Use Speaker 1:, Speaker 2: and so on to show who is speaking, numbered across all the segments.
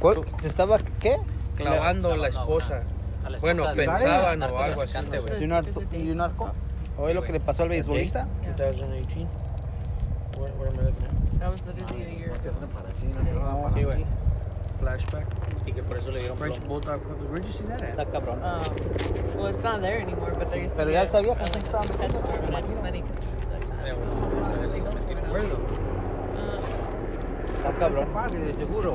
Speaker 1: ¿Cuál? ¿Se estaba qué?
Speaker 2: clavando
Speaker 3: Clavando
Speaker 2: la
Speaker 3: a
Speaker 2: esposa.
Speaker 3: una- a la
Speaker 2: Bueno,
Speaker 3: esposa de-
Speaker 2: pensaban
Speaker 3: narco
Speaker 2: o algo así.
Speaker 3: traficante, güey.
Speaker 4: Pues,
Speaker 1: ¿Y un, arco? ¿Y un arco? Ah.
Speaker 4: oh,
Speaker 1: ¿Oye lo que le pasó al beisbolista?
Speaker 2: 2018. Where, where am I looking at?
Speaker 4: That was literally a year ago.
Speaker 2: Sí, güey. Flashback.
Speaker 3: Y que por eso le dieron
Speaker 2: French
Speaker 3: plomo.
Speaker 2: Bulldog. Where'd you see that at?
Speaker 1: Está cabrón.
Speaker 5: Ah.
Speaker 3: Ah,
Speaker 4: Um, well, it's not there anymore, but there used to
Speaker 1: Pero
Speaker 4: be
Speaker 1: ya
Speaker 4: a-
Speaker 1: sabía
Speaker 4: a,
Speaker 1: que
Speaker 4: like,
Speaker 1: estaba
Speaker 4: pet store, and it's funny 'cause, like, uh,
Speaker 3: Era bueno, esas cosas, esas mentiras.
Speaker 2: Where though?
Speaker 4: um,
Speaker 1: Está cabrón.
Speaker 2: Padre, de seguro.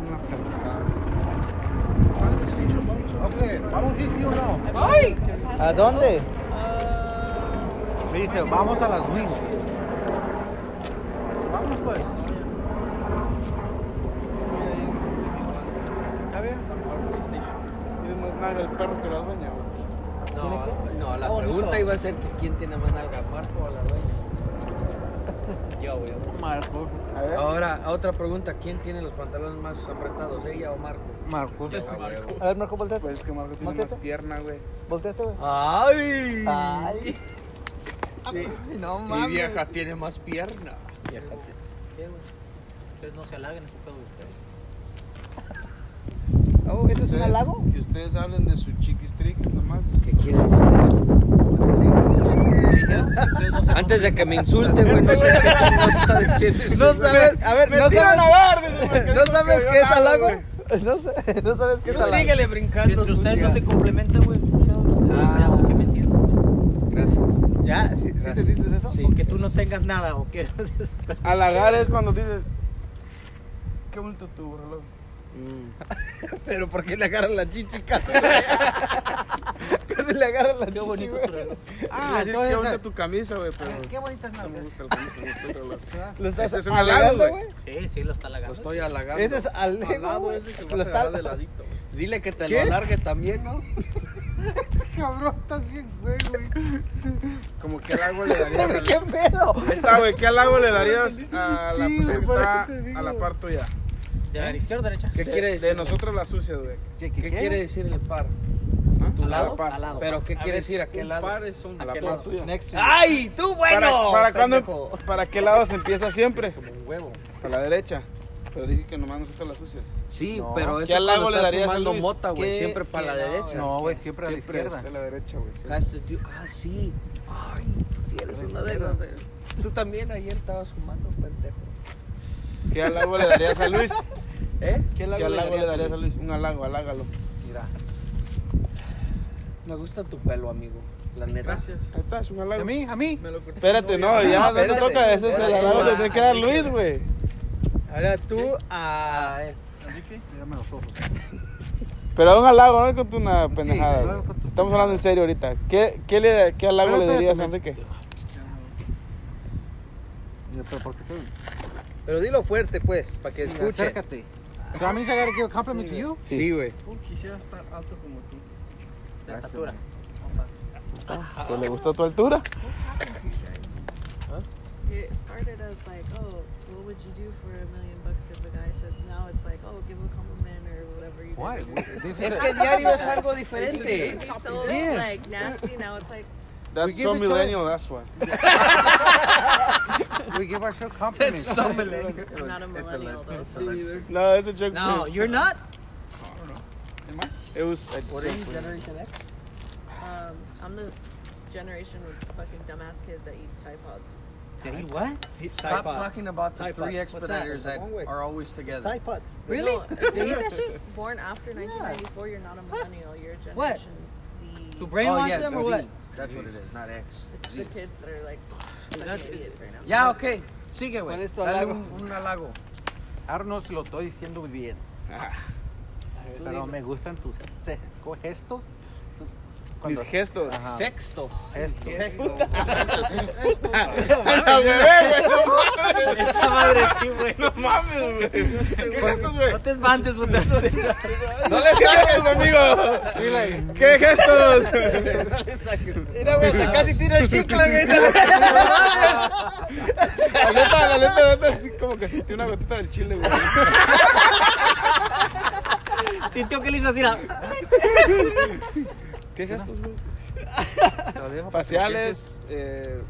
Speaker 2: Ok, vamos a ir, sí o no.
Speaker 1: ¡Ay! ¿A dónde?
Speaker 4: uh,
Speaker 2: Me dice, vamos a las wings. Vamos pues. ¿Está bien?
Speaker 6: el perro que la dueña, güey.
Speaker 2: No,
Speaker 1: ¿Tiene
Speaker 2: no, la
Speaker 1: bonito.
Speaker 2: pregunta iba a ser que quién tiene más nalga, Marco o la dueña.
Speaker 3: Yo, güey.
Speaker 6: Marco. A ver.
Speaker 2: Ahora, otra pregunta, ¿quién tiene los pantalones más apretados, ella o Marco?
Speaker 6: Marco.
Speaker 1: A ver, Marco, volteate.
Speaker 6: Pues es que Marco tiene
Speaker 1: Volteate.
Speaker 6: más pierna, güey.
Speaker 1: Volteate, güey.
Speaker 2: ¡Ay!
Speaker 1: ¡Ay! No mames.
Speaker 6: tiene más pierna.
Speaker 3: Sí, güey. Ustedes no se halaguen, es un pedo de ustedes.
Speaker 1: Oh, ¿Eso es un halago?
Speaker 6: Que ustedes hablen de sus chiquis triquis nomás.
Speaker 2: ¿Qué quieres decir?
Speaker 3: Ustedes no se
Speaker 2: Antes de que me insulte, güey, no sé qué chingados está diciendo.
Speaker 1: No sabes, a ver, no sabes, ¿no sabes qué es halago?
Speaker 6: güey.
Speaker 1: No, sé- no sabes qué es halago.
Speaker 3: Si
Speaker 2: brincando.
Speaker 3: entre ustedes no se complementan, güey, es un pedo de ustedes.
Speaker 2: Ah.
Speaker 3: Ya, güey, que me entiendan,
Speaker 2: Gracias.
Speaker 1: ¿Ya? ¿Sí, sí te dices eso?
Speaker 3: pues. O que tú no tengas nada o que esto.
Speaker 6: Halagar es cuando dices. Qué bonito tu reloj.
Speaker 1: Pero ¿por qué le agarran la chichi casi? casi le agarran la chichi.
Speaker 3: Qué bonito
Speaker 1: güey.
Speaker 3: tu reloj.
Speaker 6: Ah, decir, qué
Speaker 2: entonces-
Speaker 6: bonita tu camisa, güey, pero.
Speaker 2: Qué bonitas
Speaker 6: No me
Speaker 2: nalgas.
Speaker 6: gusta el camisa, me gusta el reloj.
Speaker 1: Lo estás
Speaker 6: Ese es un
Speaker 1: halagando,
Speaker 6: halago,
Speaker 1: güey.
Speaker 3: Sí, sí, lo está halagando.
Speaker 2: Lo estoy halagando.
Speaker 1: Ese es halago.
Speaker 6: Halado
Speaker 1: güey.
Speaker 6: es el que
Speaker 1: Lo
Speaker 6: vas a
Speaker 1: está
Speaker 6: agarrar de ladito, güey.
Speaker 2: Dile que te
Speaker 1: ¿Qué?
Speaker 2: lo alargue también, ¿no?
Speaker 6: Cabrón, estás bien, güey, güey. Como que el agua le daría.
Speaker 1: Ese, ¿Qué pedo?
Speaker 6: Está, güey, ¿qué halago le darías a la
Speaker 1: Sí,
Speaker 6: persona que
Speaker 1: güey, por
Speaker 6: está
Speaker 1: eso te digo.
Speaker 6: a la par tuya?
Speaker 3: ¿De la izquierda o derecha?
Speaker 2: ¿Qué quiere
Speaker 6: De,
Speaker 2: decir?
Speaker 6: de nosotros las sucias, güey.
Speaker 2: ¿Qué, quiere decir el par?
Speaker 6: ¿Ah?
Speaker 2: ¿Tu
Speaker 6: A la
Speaker 2: lado?
Speaker 6: par.
Speaker 3: Al lado.
Speaker 2: ¿Pero qué
Speaker 3: A
Speaker 2: quiere
Speaker 3: ver,
Speaker 2: decir? ¿A qué
Speaker 6: Un
Speaker 2: lado?
Speaker 6: par es un
Speaker 3: ¿A
Speaker 6: la
Speaker 3: qué
Speaker 6: par
Speaker 3: lado?
Speaker 6: tuya.
Speaker 2: Next.
Speaker 3: ¡Ay! ¡Tú bueno!
Speaker 6: ¿Para, para,
Speaker 2: pendejo.
Speaker 6: cuándo, ¿Para qué lado se empieza siempre?
Speaker 2: Como un huevo.
Speaker 6: A la derecha. Pero dije que nomás nosotros las sucias.
Speaker 2: Sí,
Speaker 6: No.
Speaker 2: pero
Speaker 6: ¿Qué
Speaker 2: eso es
Speaker 6: halago
Speaker 2: cuando
Speaker 6: le
Speaker 2: estás
Speaker 6: darías a
Speaker 2: fumando
Speaker 6: Luis?
Speaker 2: mota, güey.
Speaker 1: ¿Qué-
Speaker 2: Siempre para la
Speaker 1: qué- no,
Speaker 2: derecha.
Speaker 1: No,
Speaker 6: güey, siempre,
Speaker 1: a la
Speaker 6: Es
Speaker 1: izquierda.
Speaker 6: a la derecha, güey. siempre.
Speaker 2: Has to do- Ah, sí. Ay, sí, eres una de las... de- Tú también ayer estabas fumando, pendejo.
Speaker 6: ¿Qué halago le darías a Luis?
Speaker 2: ¿Eh?
Speaker 6: ¿Qué halago, le darías a Luis? Un halago, halágalo.
Speaker 2: Mira. Me gusta tu pelo, amigo. La neta.
Speaker 6: Ahí está, es un halago.
Speaker 2: mí? ¿A mí?
Speaker 6: Espérate, no, ya, no te
Speaker 2: Espérate.
Speaker 6: toca. Ese es el
Speaker 2: Espérate.
Speaker 6: halago que tiene que dar Luis, güey.
Speaker 2: Ahora tú a...
Speaker 6: Pero un halago, no con tu una pendejada. güey. Estamos hablando en serio ahorita. ¿Qué, qué, le, qué halago
Speaker 2: Pero
Speaker 6: le darías a
Speaker 2: espérate,
Speaker 6: Enrique?
Speaker 1: Pero dilo fuerte, pues, para que escuche.
Speaker 7: So that means I gotta give a compliment to you?
Speaker 2: Sí, güey.
Speaker 6: Quisiera estar alto como tú.
Speaker 3: De estatura.
Speaker 6: ¿Se le gustó tu altura?
Speaker 4: it started as like, oh, what would you do for a million bucks if a guy said? Now it's like, oh, give a compliment or whatever you.
Speaker 7: Why?
Speaker 4: did.
Speaker 7: This is
Speaker 2: Es que el diario es algo diferente.
Speaker 4: It's so
Speaker 7: Yeah.
Speaker 4: like nasty. Now it's like,
Speaker 6: That's
Speaker 7: give
Speaker 6: so
Speaker 7: it to
Speaker 6: millennial, that's why.
Speaker 7: we give ourselves compliments.
Speaker 4: I'm not a millennial though. So
Speaker 6: No, it's a joke.
Speaker 3: No, you're not.
Speaker 6: It was eh, a
Speaker 2: What are you, Generation X?
Speaker 4: um, I'm the generation with fucking dumbass kids that eat Tide Pods.
Speaker 3: ¿Te what?
Speaker 2: Stop talking about the
Speaker 1: Type
Speaker 2: three
Speaker 1: up. What's that?
Speaker 2: expediters that
Speaker 1: Wrong way.
Speaker 2: are always together.
Speaker 1: Tide pods.
Speaker 3: Really?
Speaker 4: No, if
Speaker 3: ¿Te
Speaker 4: you're
Speaker 3: eat that shit?
Speaker 4: born after 1994, you're not a millennial. You're a generation
Speaker 3: What?
Speaker 4: Z.
Speaker 3: ¿Tu brainwash them or
Speaker 2: Oh, that's
Speaker 3: what?
Speaker 2: it. That's what it is, not X.
Speaker 4: It's the kids that are like
Speaker 2: That's-
Speaker 4: fucking idiots right now.
Speaker 2: Ya, ok. Sigue,
Speaker 1: ¿Cuál
Speaker 2: güey.
Speaker 1: es tu
Speaker 2: Dale
Speaker 1: halago?
Speaker 2: un, un halago.
Speaker 7: Ahora no se lo estoy diciendo bien.
Speaker 1: Ah.
Speaker 7: Pero me gustan tus se- gestos. tus-
Speaker 6: Mis
Speaker 7: cuando-
Speaker 6: gestos.
Speaker 7: Ajá.
Speaker 2: Sexto.
Speaker 7: Gestos.
Speaker 3: Esta madre sí, güey.
Speaker 6: No mames, güey. ¿Qué gestos, güey?
Speaker 3: No te espantes, güey. Te
Speaker 6: No le saques, amigo. Dile. ¿Qué gestos?
Speaker 1: Mira, güey, te casi tira el chicle, güey.
Speaker 6: La neta, la neta, la neta, así como que sentí una gotita del chile, güey.
Speaker 3: Sintió que le hizo así. la-
Speaker 6: ¿Qué gestos, güey?
Speaker 7: Te los dejo para que lo
Speaker 6: Faciales, eh,
Speaker 7: pienses.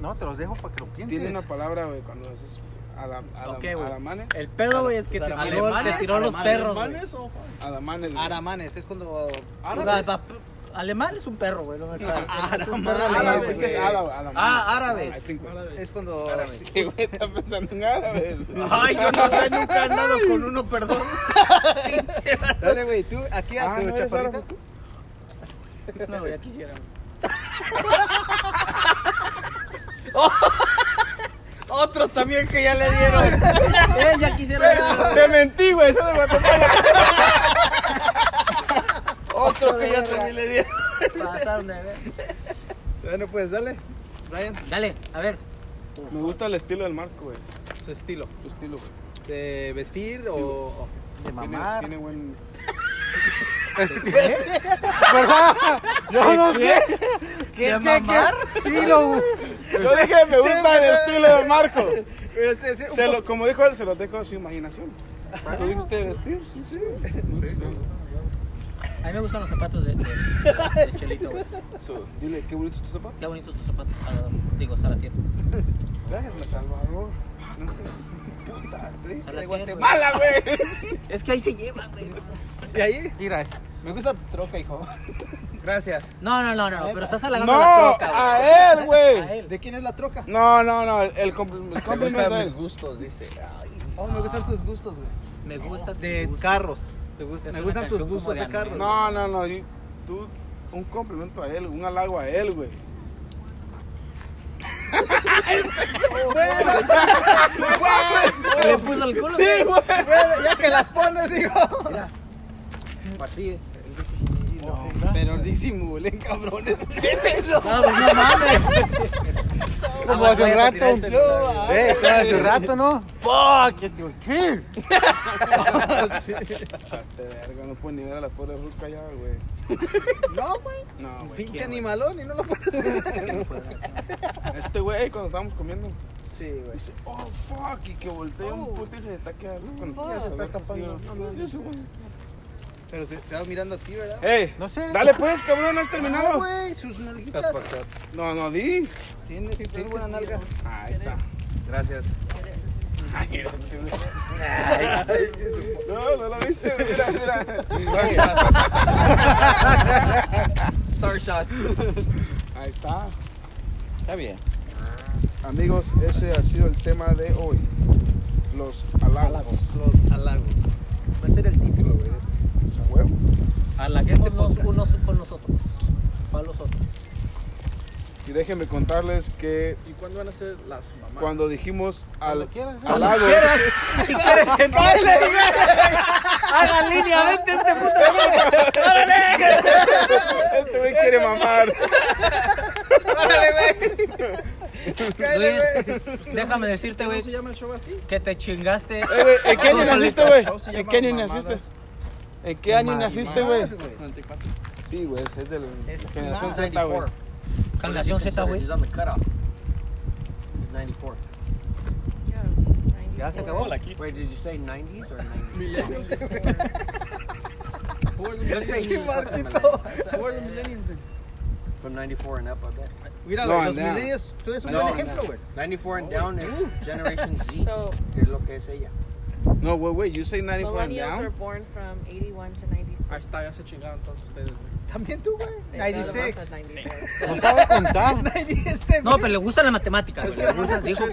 Speaker 7: No, te los dejo para que lo pienses.
Speaker 6: tiene una palabra, güey, cuando haces Adam, Adam,
Speaker 5: Ok, güey.
Speaker 6: Adamanes.
Speaker 5: El pedo, güey, es que te
Speaker 1: Pues,
Speaker 5: tiró,
Speaker 1: alemanes,
Speaker 5: te tiró los
Speaker 8: alemanes,
Speaker 5: perros, güey.
Speaker 6: ¿Adamanes o Juan? Adamanes. güey.
Speaker 1: Aramanes, es cuando.
Speaker 5: O sea, pa- alemán es un perro, güey. no me- es un perro
Speaker 1: Adamanes,
Speaker 6: Árabe,
Speaker 5: alemán,
Speaker 6: es
Speaker 5: güey.
Speaker 6: que es
Speaker 1: güey.
Speaker 6: árabe, Adamanes.
Speaker 1: Ah, árabes.
Speaker 6: I think, güey.
Speaker 1: Es cuando.
Speaker 6: Sí, güey, está pensando en árabes.
Speaker 1: Ay, yo no sé, nunca he andado con uno, perdón. Pinche vato. Dale, güey, tú, aquí a
Speaker 6: Ah,
Speaker 1: tu
Speaker 6: ¿no eres
Speaker 1: chaparrita.
Speaker 6: árabe?
Speaker 5: No, güey, ya quisiera. güey.
Speaker 1: Otro también que ya le dieron.
Speaker 5: Eh, ya quisiera.
Speaker 6: Te mentí, güey, eso de Guatemala.
Speaker 1: Otro que ya también le dieron.
Speaker 5: Pasaron de ver.
Speaker 1: Bueno, pues dale, Brian.
Speaker 5: Dale, a ver.
Speaker 6: Me gusta el estilo del Marco, güey.
Speaker 1: Su estilo.
Speaker 6: Su estilo, güey.
Speaker 1: ¿De vestir o.? o-
Speaker 8: De
Speaker 6: Tiene-
Speaker 8: mamar.
Speaker 6: Tiene buen...
Speaker 8: Yo no sé.
Speaker 1: ¿Qué, qué, qué? Estilo.
Speaker 6: Yo dije, me gusta el estilo del Marco.
Speaker 1: Es- es-
Speaker 6: Se lo, como dijo él, se lo dejo a su imaginación. ¿Tú dijiste vestir? Sí, sí.
Speaker 5: A mí me gustan los zapatos de, de- de Chelito, güey.
Speaker 6: So, dile, qué bonitos tus zapatos.
Speaker 5: Qué bonitos tus zapatos. ah, digo, Salatiel.
Speaker 6: Gracias, mi Salvador. No sé. Puta, te dije de
Speaker 5: Salatiel,
Speaker 6: Guatemala, güey.
Speaker 5: güey. Es que ahí se llevan, güey.
Speaker 1: ¿Y ahí?
Speaker 8: Mira, me gusta tu troca, hijo.
Speaker 1: Gracias.
Speaker 5: No, no, no, no, pero estás halagando
Speaker 6: No,
Speaker 5: la troca, güey.
Speaker 6: a él,
Speaker 5: A
Speaker 6: güey.
Speaker 5: él.
Speaker 1: ¿De quién es la troca?
Speaker 6: No, no, no, el, el compl- el
Speaker 2: Me gustan
Speaker 6: compliment es de
Speaker 2: mis
Speaker 6: él.
Speaker 2: gustos, dice. Ay,
Speaker 1: Oh, me gustan tus gustos, güey.
Speaker 5: Me gusta.
Speaker 1: De
Speaker 5: me gusta.
Speaker 1: carros. Te gusta-
Speaker 5: Es
Speaker 1: me
Speaker 5: una
Speaker 1: gustan tus
Speaker 5: canción como
Speaker 1: gustos
Speaker 5: de
Speaker 1: de carros.
Speaker 5: anime.
Speaker 6: No, no, no. y Tú, un complemento a él, un halago a él, güey.
Speaker 5: Le puso el culo.
Speaker 6: Sí, güey.
Speaker 1: Bueno, ya que las pones, hijo. Pero disimulen, cabrones.
Speaker 5: No, pues no mames.
Speaker 8: Como hace un rato.
Speaker 1: ah.
Speaker 8: Eh, claro, hace un rato, ¿no? Fuck. ¿Qué?
Speaker 6: Este verga, no puedo ni ver a la pobre ruca ya, güey.
Speaker 1: No, güey.
Speaker 6: No, güey.
Speaker 1: Pinche animalón y no lo puedes ver.
Speaker 6: Este güey, cuando estábamos comiendo,
Speaker 1: Sí, güey.
Speaker 6: dice, oh fuck, y que voltea un puto y se está quedando. Bueno,
Speaker 1: Ya Oh. se está
Speaker 6: está
Speaker 1: escapando. Pero te estaba mirando a ti, ¿verdad?
Speaker 6: ¡Ey!
Speaker 8: No sé.
Speaker 6: Dale pues, cabrón, no has
Speaker 1: No,
Speaker 6: terminado.
Speaker 1: güey, sus nalguitas.
Speaker 6: No, no, di.
Speaker 1: Tiene, tiene buena nalga.
Speaker 6: Ahí está.
Speaker 2: Gracias.
Speaker 6: No, no lo viste, güey, mira, mira.
Speaker 2: Star Shot.
Speaker 6: Ahí está.
Speaker 8: Está bien.
Speaker 6: Amigos, ese ha sido el tema de hoy. Los halagos.
Speaker 1: Los halagos. Va a ser el título, güey.
Speaker 6: Eh, A huevo.
Speaker 5: A la gente unos, unos con los otros. Para los otros.
Speaker 6: Y déjenme contarles que
Speaker 1: ¿Y cuándo van a ser las mamás?
Speaker 6: cuando dijimos al
Speaker 1: ¿eh?
Speaker 8: quieras.
Speaker 6: halago,
Speaker 5: Si quieres, empieza. Haga línea, vente este puto.
Speaker 6: este güey quiere mamar.
Speaker 5: Luis, déjame decirte,
Speaker 1: ¿Cómo
Speaker 5: güey,
Speaker 1: se llama el show así?
Speaker 5: que te chingaste.
Speaker 6: Eh, güey, ¿En qué año
Speaker 5: Futbolista.
Speaker 6: naciste, güey?
Speaker 1: Chao, se
Speaker 6: ¿En
Speaker 1: llama
Speaker 6: qué año
Speaker 1: mamadas.
Speaker 6: naciste? ¿En qué año naciste, güey?
Speaker 1: Más, güey.
Speaker 6: Sí, güey, es de la
Speaker 1: Es
Speaker 6: generación
Speaker 1: más,
Speaker 6: Z, güey.
Speaker 5: Generación Z, güey.
Speaker 2: 94.
Speaker 4: Yeah.
Speaker 2: ¿Ya se
Speaker 4: 94.
Speaker 2: acabó? Wait, did you say 90s or 90s?
Speaker 1: Pinche Martito.
Speaker 2: From 94 and up, I bet.
Speaker 1: Mira,
Speaker 6: No,
Speaker 1: güey, los
Speaker 6: nada.
Speaker 1: millennials, tú eres un
Speaker 2: No,
Speaker 1: buen
Speaker 2: no.
Speaker 1: ejemplo, güey.
Speaker 2: 94 and down is Generation Z,
Speaker 4: So
Speaker 2: que es lo que es ella.
Speaker 6: No, güey, güey, you say 94 and
Speaker 4: millennials were
Speaker 6: down.
Speaker 4: born from 81 to 96.
Speaker 1: está, ya se chingaron todos ustedes, güey. También tú, güey.
Speaker 9: pues,
Speaker 1: 96.
Speaker 8: No sabe contar.
Speaker 1: Este,
Speaker 5: No, pero le gustan las matemáticas, güey. Le gustan, dijo,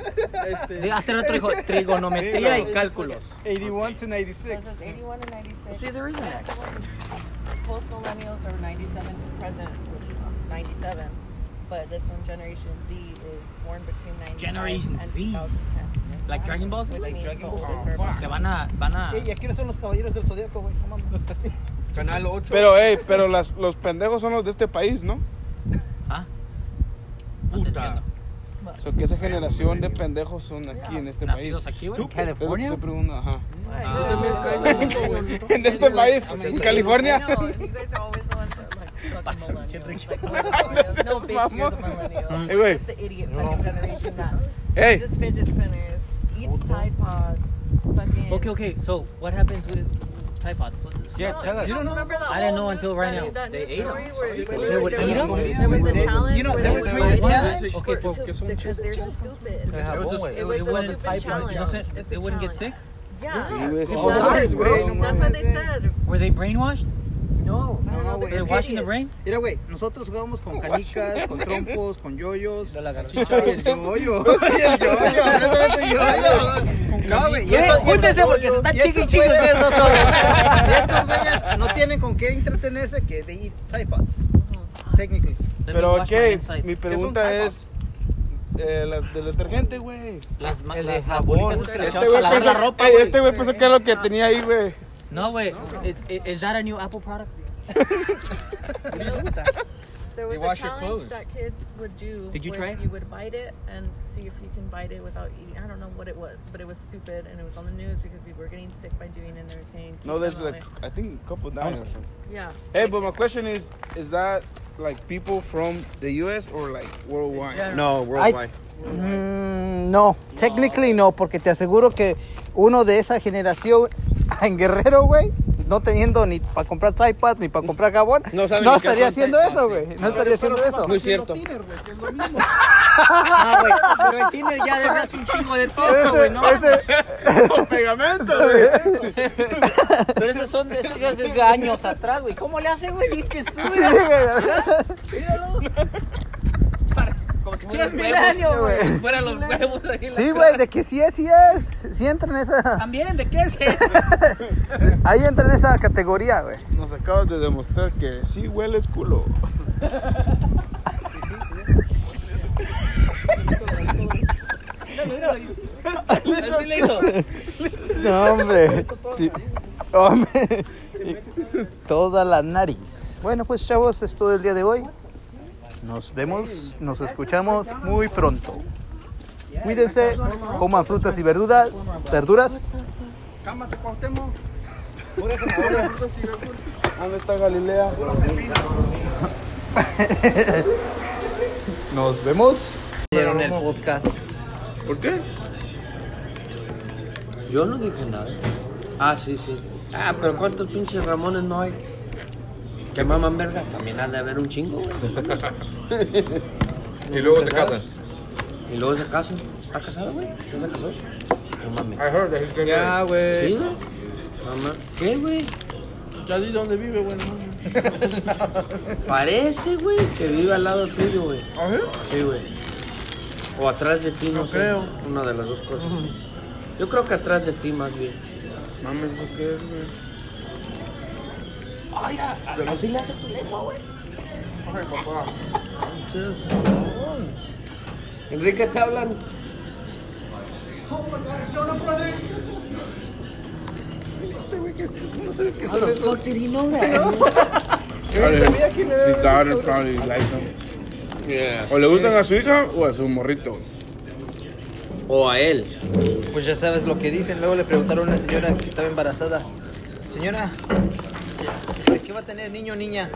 Speaker 1: Este.
Speaker 5: de- hace rato dijo trigonometría y cálculos.
Speaker 1: 81 to 96.
Speaker 4: Versus 81 to 96.
Speaker 5: See, there is an
Speaker 4: Post millennials are 97 to present, which is 97. But this one, Generation Z, is born between 90
Speaker 5: Generation
Speaker 4: and
Speaker 5: Z.
Speaker 4: 2010.
Speaker 5: Like Dragon Ball Z?
Speaker 4: Which
Speaker 5: Like
Speaker 4: means
Speaker 5: Dragon
Speaker 4: the
Speaker 5: Ball
Speaker 4: oldest are
Speaker 5: Se van a, van a.
Speaker 1: Ah. Ey, ¿y aquí no son los caballeros del zodiaco, güey? No mames.
Speaker 2: Canal 8.
Speaker 6: Pero, ey, pero las, los pendejos son los de este país, ¿no?
Speaker 5: ¿Ah? No te
Speaker 2: Puta.
Speaker 5: entiendo.
Speaker 6: O sea, que esa generación de pendejos son aquí en este país.
Speaker 5: Nacidos aquí,
Speaker 6: Es
Speaker 5: güey.
Speaker 6: lo que estoy preguntando, ajá.
Speaker 2: Ah.
Speaker 4: Right.
Speaker 6: En este país, en California.
Speaker 4: I know, you guys are always the ones that are like
Speaker 5: Pasa,
Speaker 4: fucking millennials.
Speaker 5: pinche
Speaker 4: Like, oh, millennials. no, bitch, you're the millennial.
Speaker 6: Ey, güey.
Speaker 4: It's the idiot fucking generation that
Speaker 6: Ey,
Speaker 4: uses fidget spinners, eats Tide Pods, fucking...
Speaker 5: Okay, okay. So, what happens with Tide Pods. What is-
Speaker 10: Yeah, tell us.
Speaker 5: You don't remember that?
Speaker 4: I
Speaker 5: didn't know until right now.
Speaker 4: They ate them.
Speaker 5: They would eat 'em?
Speaker 4: There was a challenge.
Speaker 9: You know,
Speaker 4: where
Speaker 9: they
Speaker 4: were
Speaker 9: would
Speaker 4: doing
Speaker 9: create
Speaker 4: a
Speaker 9: a
Speaker 4: challenge
Speaker 5: Okay,
Speaker 4: for-
Speaker 5: for-
Speaker 4: to- because they're stupid.
Speaker 5: It was just-
Speaker 4: It was a
Speaker 5: wouldn't-
Speaker 4: stupid
Speaker 5: You know,
Speaker 4: challenge.
Speaker 5: what I'm saying?
Speaker 4: It's a
Speaker 5: it wouldn't get sick.
Speaker 4: challenge. Yeah.
Speaker 6: Sí, güey, sí,
Speaker 4: That's
Speaker 6: güey.
Speaker 9: Pobres, güey, no
Speaker 4: what- That's what they
Speaker 9: mames,
Speaker 4: said.
Speaker 5: Were they brainwashed?
Speaker 4: No.
Speaker 9: No, güey,
Speaker 5: Were they
Speaker 9: es que-
Speaker 5: washing the brain?
Speaker 9: Mira, güey, nosotros jugábamos con canicas, con trompos, con yoyos.
Speaker 5: De la
Speaker 9: Chicha,
Speaker 5: garchicha.
Speaker 9: el yoyo.
Speaker 1: Pues
Speaker 9: el yoyo, precisamente el yoyo. No, güey, y
Speaker 11: Eh,
Speaker 9: estos- y
Speaker 11: Júntense
Speaker 9: estos-
Speaker 11: porque se están
Speaker 9: y estos
Speaker 11: chiqui chiqui
Speaker 9: güeyes-
Speaker 11: ustedes dos solos.
Speaker 9: Y estos güeyes no tienen con qué entretenerse que de eat Tide Pods. Technically.
Speaker 5: Let me
Speaker 6: Pero
Speaker 5: wash
Speaker 6: ok,
Speaker 5: my insides.
Speaker 6: mi pregunta es. eh, las del detergente, güey.
Speaker 5: Las, ma-
Speaker 10: El
Speaker 5: las, las
Speaker 10: jabón.
Speaker 5: bolitas esas que le
Speaker 6: Este
Speaker 5: echabas para
Speaker 6: güey
Speaker 5: lavar
Speaker 6: pensó,
Speaker 5: la ropa,
Speaker 6: ey,
Speaker 5: pues, güey.
Speaker 6: este güey pensó que era lo que tenía ahí, güey.
Speaker 5: No, güey. Is, is, is that a new Apple product?
Speaker 4: There was
Speaker 2: You
Speaker 4: a
Speaker 2: wash your
Speaker 4: challenge
Speaker 2: clothes.
Speaker 4: that kids would do.
Speaker 5: Did you
Speaker 4: where
Speaker 5: try it?
Speaker 4: You would bite it and see if you can bite it without eating. I don't know what it was, but it was stupid and it was on the news because people were getting sick by doing it and they were saying. keep
Speaker 6: No, there's
Speaker 4: them
Speaker 6: like,
Speaker 4: away.
Speaker 6: I think a couple down. or something.
Speaker 4: Yeah.
Speaker 6: Hey, but my question is, is that like people from the U.S. or like worldwide?
Speaker 2: No, worldwide.
Speaker 1: Mm, no, technically no, porque te aseguro que uno de esa generación en Guerrero, güey, no teniendo ni para comprar Tide Pods ni para comprar jabón,
Speaker 2: No
Speaker 1: no,
Speaker 2: saben ni qué
Speaker 1: estaría
Speaker 2: son
Speaker 1: haciendo
Speaker 2: Tide
Speaker 1: eso, güey. No estaría haciendo eso.
Speaker 2: Muy cierto.
Speaker 5: No, Ah, güey. Pero el Tinder ya desde hace un chingo de tiempo, güey, ¿no?
Speaker 11: Pero esos son de esos ya desde años atrás, güey. ¿Cómo le hace, güey? Bien que sube.
Speaker 1: Sí, güey.
Speaker 5: Como
Speaker 11: Sí,
Speaker 5: los
Speaker 11: es
Speaker 5: huevos.
Speaker 11: milenio, güey.
Speaker 5: Fuera los huevos ahí en la
Speaker 1: Sí, güey, de que sí es, sí es. Sí entra en esa,
Speaker 11: También, ¿de qué es eso?
Speaker 1: ahí entra en esa categoría, güey.
Speaker 6: Nos acabas de demostrar que sí hueles culo.
Speaker 1: No, hombre. Sí. Hombre. Toda la nariz. Bueno, pues chavos, es todo el día de hoy. Nos vemos, nos escuchamos muy pronto. Cuídense, coman frutas y verduras, verduras.
Speaker 9: Cámate, Cuauhtémoc.
Speaker 6: ¿Dónde está Galilea?
Speaker 1: Nos vemos.
Speaker 9: Vieron el podcast.
Speaker 6: ¿Por qué?
Speaker 2: Yo no dije nada. Ah, sí, sí. Ah, pero ¿cuántos pinches Ramones no hay? Que maman verga. También ha de haber un chingo, güey.
Speaker 12: Y luego se casan.
Speaker 2: Y luego se casan. ¿Está casado, güey? ¿Ya se casó? No mames.
Speaker 12: I heard that he's getting
Speaker 9: Ya,
Speaker 2: ¿Sí,
Speaker 9: güey.
Speaker 2: güey? Mamá. ¿Qué, güey?
Speaker 6: Ya di dónde vive, güey. ¿no?
Speaker 2: Parece, güey, que vive al lado tuyo, güey.
Speaker 6: ¿A ver?
Speaker 2: Sí, güey. O atrás de ti, no, sé.
Speaker 6: creo.
Speaker 2: Una de las dos cosas. Yo creo que atrás de ti, más bien.
Speaker 6: Mames, ¿eso qué es, güey?
Speaker 2: Enrique, te hablan.
Speaker 6: His daughter probably likes him. O le gustan a su hija o a su morrito.
Speaker 2: O a él.
Speaker 1: Pues ya sabes lo que dicen. Luego le preguntaron a una señora que estaba embarazada. Señora, este, ¿qué va a tener niño o niña?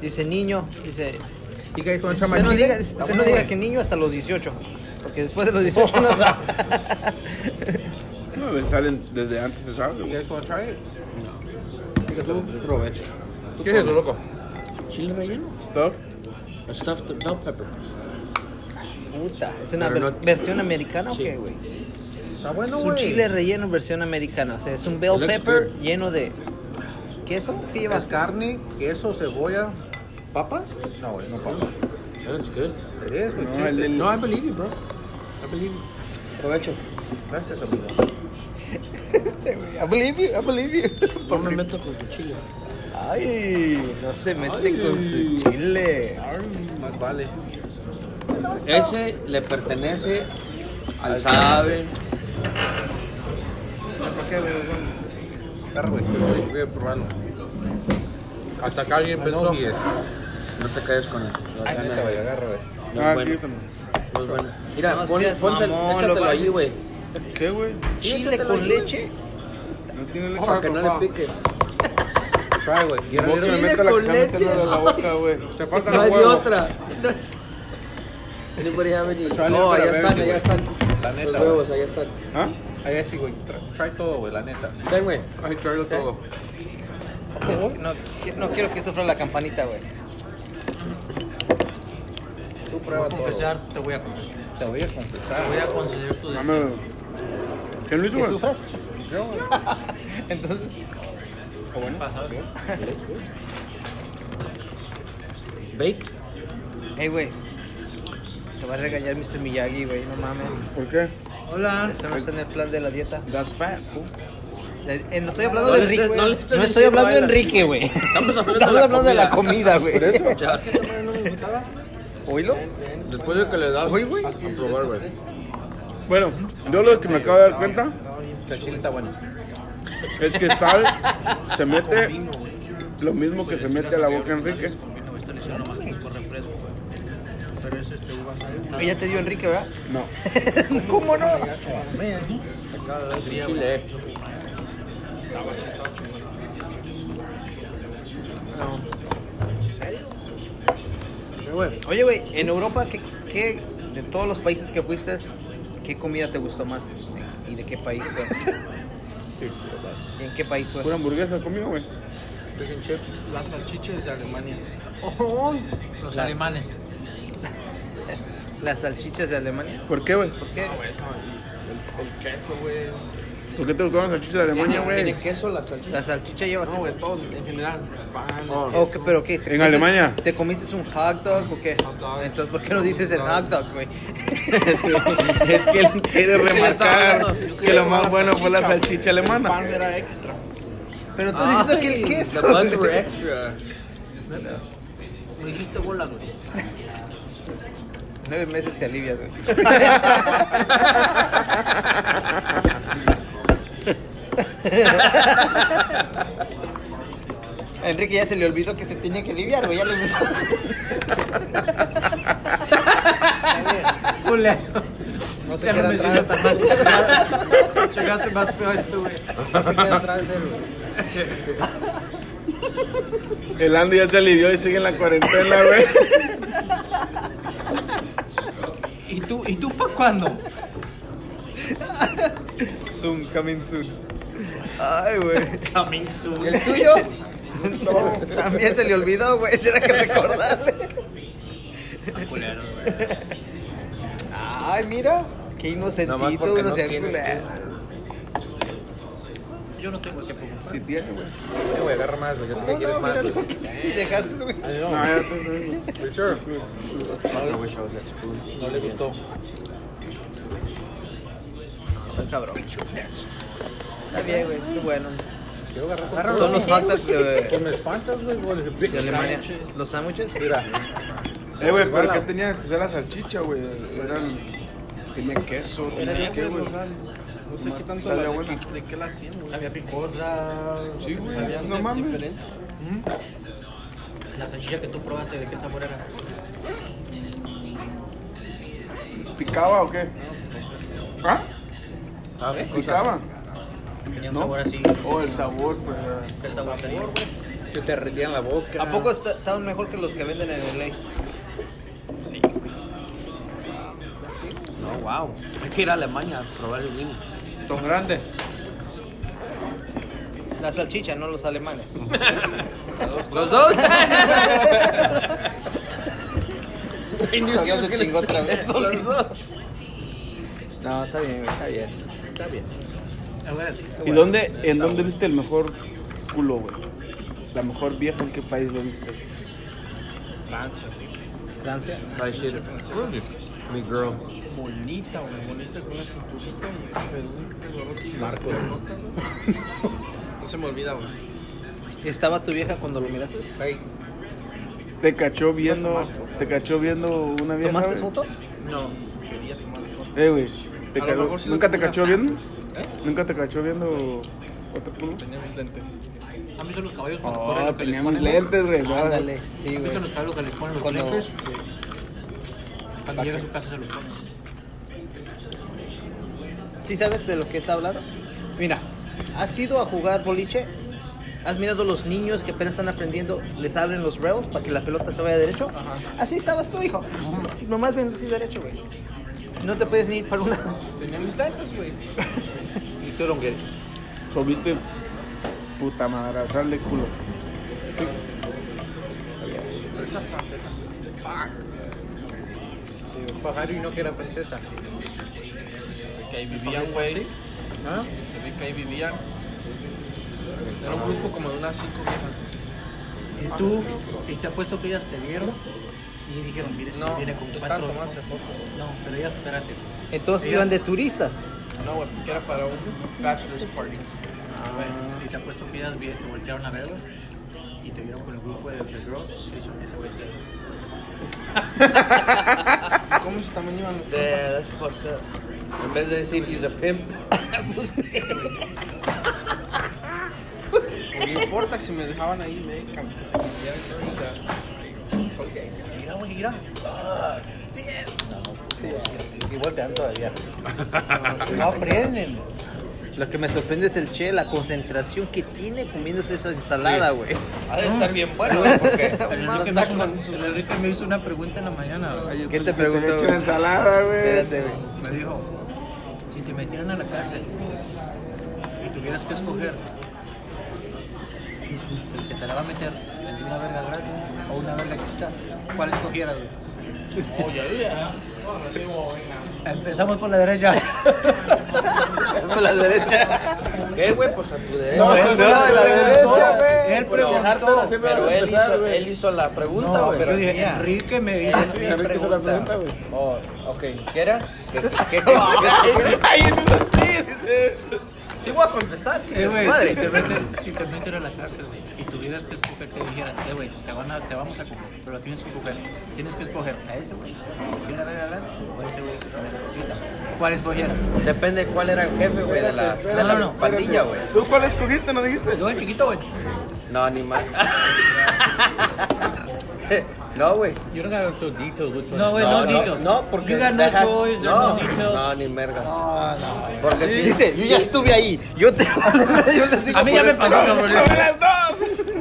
Speaker 1: Dice niño, dice.
Speaker 9: Y que con
Speaker 2: Pues,
Speaker 1: Usted
Speaker 9: chamaquita.
Speaker 1: no diga, usted no diga que niño hasta los 18. Porque después de los 18 no sabe.
Speaker 6: No, a veces salen desde antes, se sabe. güey.
Speaker 2: Provecho.
Speaker 12: ¿Qué es eso, loco?
Speaker 2: Chile relleno.
Speaker 6: Stuff.
Speaker 2: Stuffed bell pepper.
Speaker 1: Puta, es una
Speaker 2: Pero
Speaker 1: vers-
Speaker 2: no-
Speaker 1: versión americana o
Speaker 2: Sí.
Speaker 1: qué, güey?
Speaker 2: Está bueno,
Speaker 1: Es un chile relleno versión americana. O sea, es un bell
Speaker 2: Looks
Speaker 1: pepper lleno de. ¿Queso? ¿Qué lleva?
Speaker 10: carne, queso, cebolla.
Speaker 2: ¿Papas?
Speaker 10: No, güey, no papas.
Speaker 2: That's good.
Speaker 10: It is with
Speaker 6: No, el
Speaker 10: chicken.
Speaker 6: del-
Speaker 2: No, I believe you, bro. I believe you.
Speaker 1: Provecho.
Speaker 10: Gracias, amigo.
Speaker 1: I believe you, I believe you.
Speaker 2: No me meto con tu chile.
Speaker 1: Ay, no se mete con su chile.
Speaker 10: Más vale.
Speaker 2: Ese le pertenece al sabe.
Speaker 10: Carro, güey. Voy a probarlo.
Speaker 12: Hasta acá alguien empezó.
Speaker 10: No
Speaker 2: No te calles con él. Lo gana.
Speaker 10: güey, agarra, güey.
Speaker 2: No
Speaker 6: Ah,
Speaker 2: es bueno.
Speaker 6: aquí
Speaker 2: No es
Speaker 6: también.
Speaker 2: Pues bueno. Mira,
Speaker 1: No
Speaker 2: pon,
Speaker 1: seas
Speaker 2: ponse,
Speaker 1: mamón,
Speaker 2: échatelo
Speaker 1: lo vas-
Speaker 2: ahí, güey.
Speaker 6: ¿Qué, güey?
Speaker 1: ¿Chile con leche?
Speaker 6: No tiene leche.
Speaker 2: Para que no le pique. Try, güey. Get a
Speaker 6: Vos se
Speaker 2: little-
Speaker 6: le mete la que se mete en la boca, güey. Te falta
Speaker 2: No
Speaker 6: la
Speaker 2: hay de
Speaker 6: huevo.
Speaker 2: otra. Anybody have any?
Speaker 10: little
Speaker 2: No,
Speaker 10: bit of
Speaker 2: allá están,
Speaker 10: everything.
Speaker 2: allá están.
Speaker 10: La
Speaker 2: Los
Speaker 10: neta, güey.
Speaker 2: huevos, allá están.
Speaker 6: ¿Ah?
Speaker 7: Ahí sí, güey. Tra- Trae todo, güey, la neta.
Speaker 2: Ten, güey.
Speaker 13: Ay, tráelo todo.
Speaker 1: No, qui- no quiero que sufra la campanita, güey.
Speaker 7: Tú prueba todo.
Speaker 5: te voy a confesar.
Speaker 7: Te voy a confesar.
Speaker 5: Voy a conceder tu deseo.
Speaker 6: Dame. ¿Quién lo hizo, güey?
Speaker 1: Entonces,
Speaker 2: Bake.
Speaker 1: hey, güey. Te va a regañar Mr. Miyagi, güey, no mames.
Speaker 6: ¿Por qué?
Speaker 1: Hola. Eso no está en el plan de la dieta.
Speaker 7: That's fat.
Speaker 1: Eh, eh, no estoy hablando
Speaker 2: No
Speaker 1: de
Speaker 2: le estés-
Speaker 1: Enrique.
Speaker 2: no le
Speaker 1: No,
Speaker 2: estés
Speaker 1: estoy hablando de
Speaker 2: diciendo a él,
Speaker 1: Enrique, güey.
Speaker 2: Estamos hablando,
Speaker 14: Estamos hablando de la comida, güey.
Speaker 6: ¿Por eso?
Speaker 2: Ya.
Speaker 1: ¿Oílo?
Speaker 13: Después de que le das
Speaker 1: Oye, güey.
Speaker 13: a probar, güey.
Speaker 6: Bueno, yo lo que me acabo de dar cuenta
Speaker 7: El chile está bueno.
Speaker 6: es que Sal se mete lo mismo que se mete a la boca de Enrique.
Speaker 1: Ella te dio Enrique, ¿verdad?
Speaker 6: No.
Speaker 1: ¿Cómo no?
Speaker 13: Chile.
Speaker 1: Oye, güey, en Europa, ¿qué, qué- de todos los países que fuiste, qué comida te gustó más? ¿Y de qué país fue? ¿Y en qué país fue?
Speaker 6: Pura hamburguesa conmigo, güey.
Speaker 5: Las salchichas de Alemania. Los
Speaker 1: Las-
Speaker 5: alemanes.
Speaker 1: ¿Las salchichas de Alemania?
Speaker 6: ¿Por qué, güey?
Speaker 1: ¿Por qué?
Speaker 6: ¿Por qué te gustaban las salchichas de Alemania, güey?
Speaker 2: queso la salchicha?
Speaker 1: ¿La salchicha lleva queso?
Speaker 2: todo, en general. Pan,
Speaker 1: Ok, ¿Pero qué?
Speaker 6: ¿En Alemania?
Speaker 1: ¿Te comiste un hot dog o qué? Entonces, ¿por qué no dices el hot dog, güey?
Speaker 6: Es que él quiere remarcar que lo más bueno fue la salchicha alemana.
Speaker 7: era extra.
Speaker 1: Pero estás diciendo que el
Speaker 2: The
Speaker 1: queso.
Speaker 2: buns were
Speaker 1: güey.
Speaker 2: extra.
Speaker 5: Me dijiste bola, güey.
Speaker 1: Nueve meses te alivias, güey. A Enrique ya se le olvidó que se tenía que aliviar, güey. Ya le empezó. No te queda atrás.
Speaker 5: Llegaste más feo ese, güey.
Speaker 6: El Andy ya se alivió y sigue en la cuarentena, güey.
Speaker 5: ¿Y tú, ¿y tú para cuándo?
Speaker 1: Zoom, coming soon. Ay, güey.
Speaker 5: Coming soon.
Speaker 1: ¿El tuyo? También se le olvidó, güey. Tiene que recordarle. Ay, mira. Qué
Speaker 2: Nomás
Speaker 1: inocentito,
Speaker 2: porque
Speaker 1: güey.
Speaker 2: no
Speaker 1: No sea
Speaker 2: tienes
Speaker 1: culero.
Speaker 5: Yo no tengo tiempo.
Speaker 1: Sí tiene, güey.
Speaker 13: Eh, güey, agarra más, güey. Yo sé que
Speaker 1: ¿Cómo
Speaker 13: quieres
Speaker 1: no? Mira
Speaker 13: más,
Speaker 1: lo
Speaker 13: güey.
Speaker 1: que te dejaste, güey.
Speaker 6: No, ya te-
Speaker 13: You sure?
Speaker 2: I wish I was at school.
Speaker 7: No le gustó.
Speaker 1: Está bien, güey. Qué bueno.
Speaker 7: Quiero agarrar con
Speaker 1: Son los hot dogs
Speaker 7: Pues
Speaker 1: de,
Speaker 7: me espantas, güey. con el big
Speaker 1: de Alemania. ¿Los sándwiches?
Speaker 7: Mira.
Speaker 6: Eh, güey, pero ¿qué tenía de especial la salchicha, güey? Eran... Tenía queso, no sé qué, güey. No sé qué tanto sabía buena.
Speaker 7: ¿De qué la hacían, güey?
Speaker 1: Había pico.
Speaker 6: Sí, güey, no mames.
Speaker 5: La salchicha que tú probaste, ¿de qué sabor era?
Speaker 6: ¿Picaba o qué? ¿Ah? ¿Picaba?
Speaker 5: Tenía un
Speaker 6: ¿No?
Speaker 5: sabor así.
Speaker 6: Oh, el sabor, pues. era-
Speaker 5: ¿Qué sabor tenía?
Speaker 7: Que te rendían la boca.
Speaker 1: ¿A poco está- estaban mejor que los que venden en el ley?
Speaker 2: No, wow. Hay que ir a Alemania a probar el vino.
Speaker 13: Son grandes.
Speaker 1: La salchicha, no los alemanes.
Speaker 2: ¿Los dos?
Speaker 1: Ya se chingó otra vez. Los dos. No, está bien, güey, está bien.
Speaker 6: ¿Y dónde, en dónde viste el mejor culo, güey? La mejor vieja, ¿en qué país lo viste?
Speaker 1: Francia.
Speaker 2: That shit. Mi girl.
Speaker 7: No se me olvida, güey.
Speaker 1: ¿Estaba tu vieja cuando lo miraste?
Speaker 6: ¿Te cachó viendo, te cachó viendo una vieja?
Speaker 1: ¿Tomaste
Speaker 6: güey?
Speaker 1: foto?
Speaker 6: Eh, güey. te
Speaker 7: A lo
Speaker 6: cagó.
Speaker 7: mejor sí lo
Speaker 6: ¿Nunca te
Speaker 7: tenía.
Speaker 6: cachó viendo? ¿Nunca te cachó viendo otro culo?
Speaker 7: Tenía mis lentes.
Speaker 5: ¿Han visto los caballos cuando corren
Speaker 6: Oh,
Speaker 5: lo que les
Speaker 6: tenía
Speaker 5: ponen?
Speaker 6: mis lentes, güey. ¿no?
Speaker 1: Ándale, sí,
Speaker 5: ¿Han
Speaker 1: güey.
Speaker 5: visto los caballos que les ponen los
Speaker 1: Cuando-
Speaker 5: blinkers? Cuando llega a su casa se los ponen.
Speaker 1: ¿Sí sabes de lo que está hablando? Mira, ¿has ido a jugar boliche? ¿Has mirado los niños que apenas están aprendiendo? Les abren los rails para que la pelota se vaya derecho. Así estabas tú, hijo. Nomás viendo así derecho, güey. Si no te puedes ni ir para un lado.
Speaker 7: Tenía mis lentes, güey.
Speaker 13: still don't get it.
Speaker 6: So, viste, puta madrazal de culos.
Speaker 13: Pajario y no que era princesa.
Speaker 7: Que ahí vivían, güey.
Speaker 13: ¿Ah?
Speaker 7: Se ve que ahí vivían. Era un grupo como de unas cinco viejas.
Speaker 5: Y tú, y te apuesto que ellas te vieron y dijeron, mire, si
Speaker 7: No,
Speaker 5: viene con
Speaker 7: estaban
Speaker 5: cuatro.
Speaker 7: tomándose fotos.
Speaker 5: No, pero ellas, espérate.
Speaker 1: Entonces iban de turistas.
Speaker 7: No, güey, porque era para un bachelor's party.
Speaker 5: Ah. Y te apuesto que ellas vi- te voltearon a verlo y te vieron con el grupo de, de girls. Y dijeron, ese güey está ahí".
Speaker 7: ¿Cómo se también iban los
Speaker 2: Yeah, that's fucked up. En vez de decir he's a pimp,
Speaker 7: Pues, No importa si me dejaban ahí, me que se cambiaran. Soy gay.
Speaker 5: Mira, güey, mira. Sí es. Sí. Y voltean todavía. No aprenden.
Speaker 1: Lo que me sorprende es el che, la concentración que tiene comiéndose esa ensalada, güey.
Speaker 2: ha de estar bien bueno, güey, porque
Speaker 5: El Enrique, me hizo una, el Enrique me hizo una pregunta en la mañana. güey.
Speaker 1: ¿Qué te
Speaker 6: Te le
Speaker 1: preguntó?
Speaker 6: eché una ensalada, güey.
Speaker 1: Espérate, güey.
Speaker 5: Me dijo, si te metieran a la cárcel y tuvieras que escoger el que te la va a meter, el de una verga grande o una verga chiquita, ¿cuál escogieras, güey? Empezamos por la derecha.
Speaker 1: Por la derecha.
Speaker 2: ¿qué, güey? Pues a tu derecha.
Speaker 5: No,
Speaker 1: no, de la derecha, güey.
Speaker 5: Él preguntó.
Speaker 2: Pero él hizo, él hizo la pregunta,
Speaker 5: No,
Speaker 2: güey.
Speaker 5: pero yo dije, "Ah". Enrique me hizo.
Speaker 6: Enrique se la pregunta, güey.
Speaker 2: Oh, ok, ¿qué era? ¿Qué, qué, qué,
Speaker 1: Sí voy a contestar,
Speaker 5: Eh,
Speaker 1: chicos.
Speaker 5: güey, si te
Speaker 1: Madre.
Speaker 5: meten, si te meten a la cárcel, güey, y tuvieras que escoger, te dijeran, eh, güey, te, van a- te vamos a comer, pero tienes que escoger, tienes que escoger a ese güey, que la verga grande, o a ese güey, con la verga chiquita. ¿Cuál escogieras?
Speaker 2: Depende de cuál era el jefe, güey, de la, de la
Speaker 5: No, no, no.
Speaker 2: pandilla, güey.
Speaker 6: ¿Tú cuál escogiste, no dijiste?
Speaker 5: Yo, el chiquito, güey.
Speaker 2: No, ni más. no, güey.
Speaker 13: You don't gotta go so detailed with
Speaker 5: No, güey, no, dichos.
Speaker 2: No, porque
Speaker 5: You got no
Speaker 2: that has-
Speaker 5: choice, there's no, details.
Speaker 2: No, ni mergas. Porque si
Speaker 1: Dice, yo ya estuve ahí. Yo te. yo les digo
Speaker 5: A mí ya
Speaker 1: por
Speaker 5: me
Speaker 1: el-
Speaker 5: pasó, cabrón.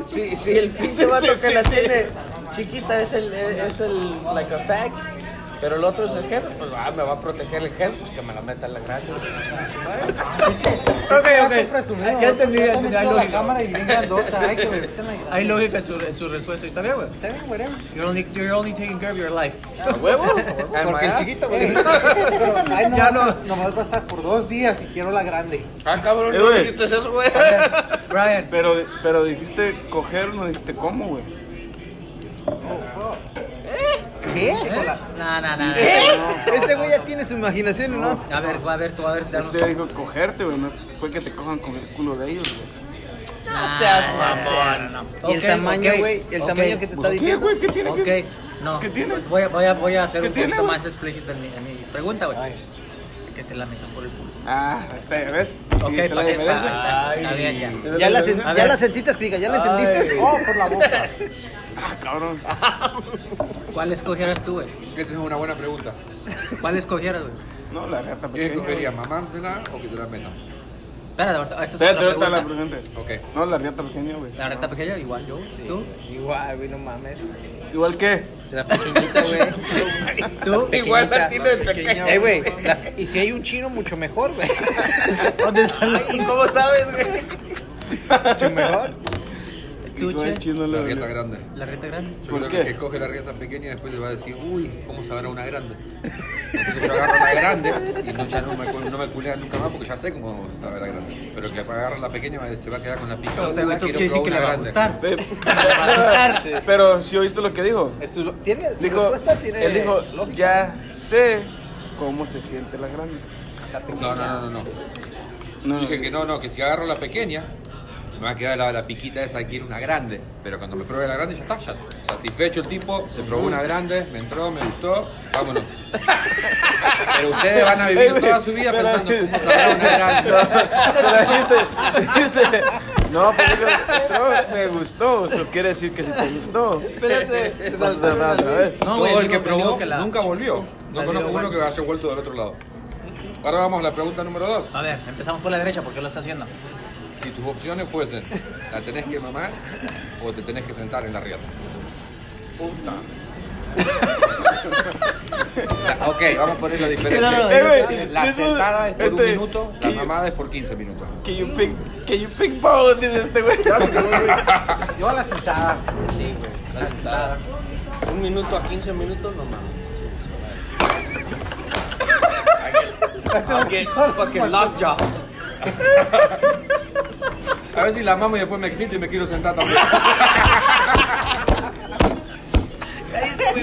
Speaker 2: Si, si el pinche vato que la tiene chiquita es el, es el, like a fag, pero el otro es el jefe, pues ah, me va a proteger el jefe, pues que me la meta en la grande.
Speaker 5: Ok, ok. Ya entendí, ya entendí.
Speaker 7: la
Speaker 5: Hay lógica.
Speaker 7: cámara y bien grandota. Ay, que me metan la
Speaker 5: Hay lógica en su, en su respuesta. ¿Está bien, güey? You're only, you're only taking care of your life.
Speaker 2: ¿Huevo?
Speaker 1: Porque el chiquito,
Speaker 7: Ay,
Speaker 1: güey.
Speaker 5: Ya
Speaker 7: nomás,
Speaker 5: no.
Speaker 7: nomás va a estar por dos días y quiero la grande.
Speaker 2: Ah, cabrón,
Speaker 6: Eh, güey.
Speaker 2: dijiste eso, güey.
Speaker 5: Brian,
Speaker 6: Pero, pero dijiste coger, no dijiste cómo, güey.
Speaker 5: ¿Eh? No, no, no.
Speaker 1: ¿Qué? Este güey ya tiene su imaginación, ¿no?
Speaker 5: A ver, va a ver, tú a ver, danos.
Speaker 6: Este dijo cogerte, güey. No fue que te cojan con el culo de ellos, güey.
Speaker 2: seas mamón.
Speaker 1: Y el
Speaker 5: Ok,
Speaker 1: tamaño,
Speaker 5: ok,
Speaker 1: güey. El
Speaker 5: ok.
Speaker 1: tamaño que te está
Speaker 6: ¿Qué,
Speaker 1: diciendo.
Speaker 6: güey? ¿Qué tiene
Speaker 5: Ok,
Speaker 6: que...?
Speaker 5: no.
Speaker 6: ¿Qué tiene?
Speaker 5: Voy, a- voy, a, voy a hacer
Speaker 6: ¿Qué
Speaker 5: un poquito
Speaker 6: tiene, güey?
Speaker 5: más explícito en mi, en mi pregunta, güey. Que te la metan por el culo.
Speaker 6: Ah, ahí está, ya ves.
Speaker 5: Ok,
Speaker 6: Sí, está la
Speaker 5: pa' que-
Speaker 6: diferencia.
Speaker 5: pa- Está bien, ya.
Speaker 1: Ya la, sen-
Speaker 5: A
Speaker 1: ya
Speaker 5: ver.
Speaker 1: la sentiste, Crica, ¿ya la entendiste?
Speaker 6: Oh, por la boca. Ah, cabrón.
Speaker 5: ¿Cuál escogieras tú, güey?
Speaker 13: Esa es una buena pregunta.
Speaker 5: ¿Cuál escogieras, güey?
Speaker 6: No, la rata
Speaker 13: ¿Qué
Speaker 6: pequeña.
Speaker 13: escogería, mamársela o que te la metan?
Speaker 5: Espérate, ahorita- esa es
Speaker 6: Espérate,
Speaker 5: otra
Speaker 6: ahorita la
Speaker 5: pregunta.
Speaker 6: pregunta.
Speaker 13: Ok.
Speaker 6: No, la riata pequeña, güey.
Speaker 5: La reta pequeña, igual yo. ¿Tú?
Speaker 1: Igual, güey, no mames.
Speaker 6: ¿Igual qué?
Speaker 1: La pequeñita, güey.
Speaker 5: ¿Tú?
Speaker 2: Igual la tiene de pequeña.
Speaker 1: Eh, güey. la- Y si hay un chino, mucho mejor, güey.
Speaker 5: ¿Dónde están los-
Speaker 2: ¿Y cómo sabes, güey?
Speaker 1: Mucho mejor.
Speaker 5: ¿Tú,
Speaker 6: Igual
Speaker 5: che?
Speaker 6: chino
Speaker 13: La
Speaker 6: la
Speaker 13: rieta grande.
Speaker 5: ¿La reta grande?
Speaker 13: Yo
Speaker 6: ¿Por
Speaker 13: creo
Speaker 6: qué?
Speaker 13: que el que coge la rieta pequeña y después le va a decir, uy, ¿cómo sabrá una grande? Entonces yo agarro la grande y no, ya no me, cu- no me culea nunca más porque ya sé cómo sabe la grande. Pero el que agarra la pequeña va a- se va a quedar con la pica.
Speaker 5: Entonces,
Speaker 13: "Uy,
Speaker 5: güey, entonces quiere decir
Speaker 13: quiero
Speaker 5: que
Speaker 13: probar
Speaker 5: le va
Speaker 13: una
Speaker 5: a
Speaker 13: grande".
Speaker 5: gustar.
Speaker 6: Pero, pero si oíste lo que dijo.
Speaker 1: Es su- ¿Tiene, su
Speaker 6: Dijo,
Speaker 1: respuesta tiene
Speaker 6: él dijo,
Speaker 1: lógica.
Speaker 6: ya sé cómo se siente la grande.
Speaker 13: No, no, no, no. no.
Speaker 6: No,
Speaker 13: Dije que no, no, que si agarro la pequeña, me va a quedar la, la piquita esa, quiero una grande. Pero cuando me pruebe la grande, ya está, ya satisfecho el tipo, se probó una grande, me entró, me gustó, vámonos. Pero ustedes van a
Speaker 6: Ey,
Speaker 13: vivir
Speaker 6: güey,
Speaker 13: toda su vida
Speaker 6: pero
Speaker 13: pensando
Speaker 6: así-
Speaker 13: cómo sabrá una grande.
Speaker 6: Pero dijiste, dijiste, no, pero yo- no, me gustó, eso quiere decir que si te gustó.
Speaker 1: Espérate,
Speaker 6: No, no,
Speaker 1: saltaron al
Speaker 6: otra
Speaker 1: revés.
Speaker 6: vez.
Speaker 5: No,
Speaker 13: Todo
Speaker 5: güey,
Speaker 13: el que
Speaker 5: digo- digo
Speaker 13: probó
Speaker 5: que la-
Speaker 13: nunca volvió. No
Speaker 5: la
Speaker 13: conozco
Speaker 5: digo,
Speaker 13: uno que
Speaker 5: bueno.
Speaker 13: haya vuelto del otro lado. Ahora vamos a la pregunta número dos.
Speaker 5: A ver, empezamos por la derecha, porque lo está haciendo.
Speaker 13: Si tus opciones fuesen, la tenés que mamar o te tenés que sentar en la riata.
Speaker 2: Puta.
Speaker 13: La- ok, vamos a ponerlo diferente.
Speaker 3: No, no,
Speaker 6: Eh, güey,
Speaker 13: la
Speaker 6: this was-
Speaker 13: sentada es por un
Speaker 6: este,
Speaker 13: minuto, la
Speaker 6: que-
Speaker 13: mamada es por 15 minutos.
Speaker 2: Can you pick, can you pick both? Dice este güey.
Speaker 7: Yo a la sentada.
Speaker 2: Sí, güey. La sentada. Un minuto a 15 minutos, no mames. I'll get fucking lockjaw.
Speaker 13: A ver si la mamo y después me excito y me quiero sentar también.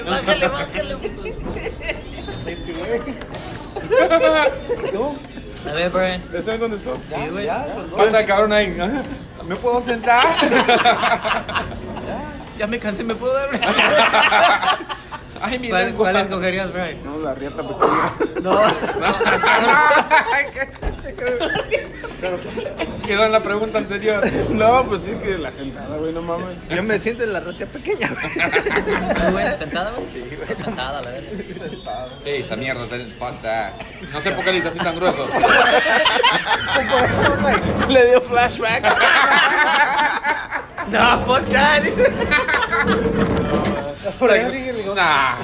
Speaker 4: Bájale, bájale.
Speaker 3: A ver, Brian.
Speaker 6: ¿Ese es donde estoy?
Speaker 3: Sí, güey.
Speaker 13: Mata el cabrón ahí. ¿Me puedo sentar?
Speaker 3: Ya me cansé, ¿me puedo dar?
Speaker 13: Ay, mira.
Speaker 3: ¿Cuál, cuál escogerías, Brian?
Speaker 6: No, la riata pequeña.
Speaker 3: No.
Speaker 13: Quedó en la pregunta anterior.
Speaker 6: No, pues sí que la sentada, güey, no mames.
Speaker 1: Yo me siento en la ratia pequeña,
Speaker 3: ¿Tú, güey? ¿Sentada, güey? Sí, güey. Sentada, la verdad.
Speaker 13: Sí, esa mierda está en pata. No sé por qué le hice así tan grueso.
Speaker 2: Le dio flashback. no, fuck that.
Speaker 13: Nah.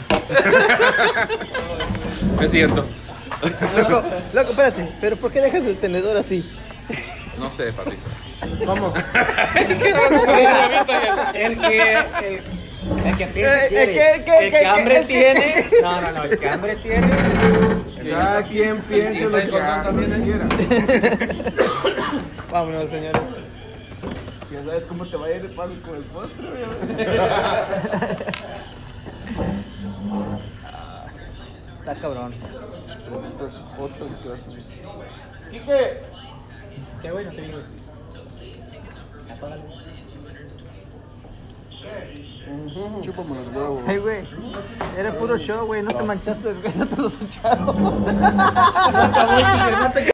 Speaker 13: Me siento.
Speaker 1: Loco, loco, espérate. ¿Pero por qué dejas el tenedor así?
Speaker 13: No sé, Pati.
Speaker 3: El que, el, el que
Speaker 1: Eh, eh, ¿qué, qué,
Speaker 3: el
Speaker 1: qué,
Speaker 3: que hambre
Speaker 1: qué?
Speaker 3: tiene. No, no, no, el que hambre tiene.
Speaker 6: Cada quien piensa lo que quiera.
Speaker 1: Vámonos, señores.
Speaker 6: Ya sabes cómo te va a ir el pan con el postre, güey.
Speaker 1: Está cabrón.
Speaker 6: Preguntas jotas que vas a
Speaker 3: Qué bueno, te digo.
Speaker 6: Chúpame los huevos.
Speaker 1: Ay, güey. Era puro show, güey. No te manchaste, güey. No te los echaron.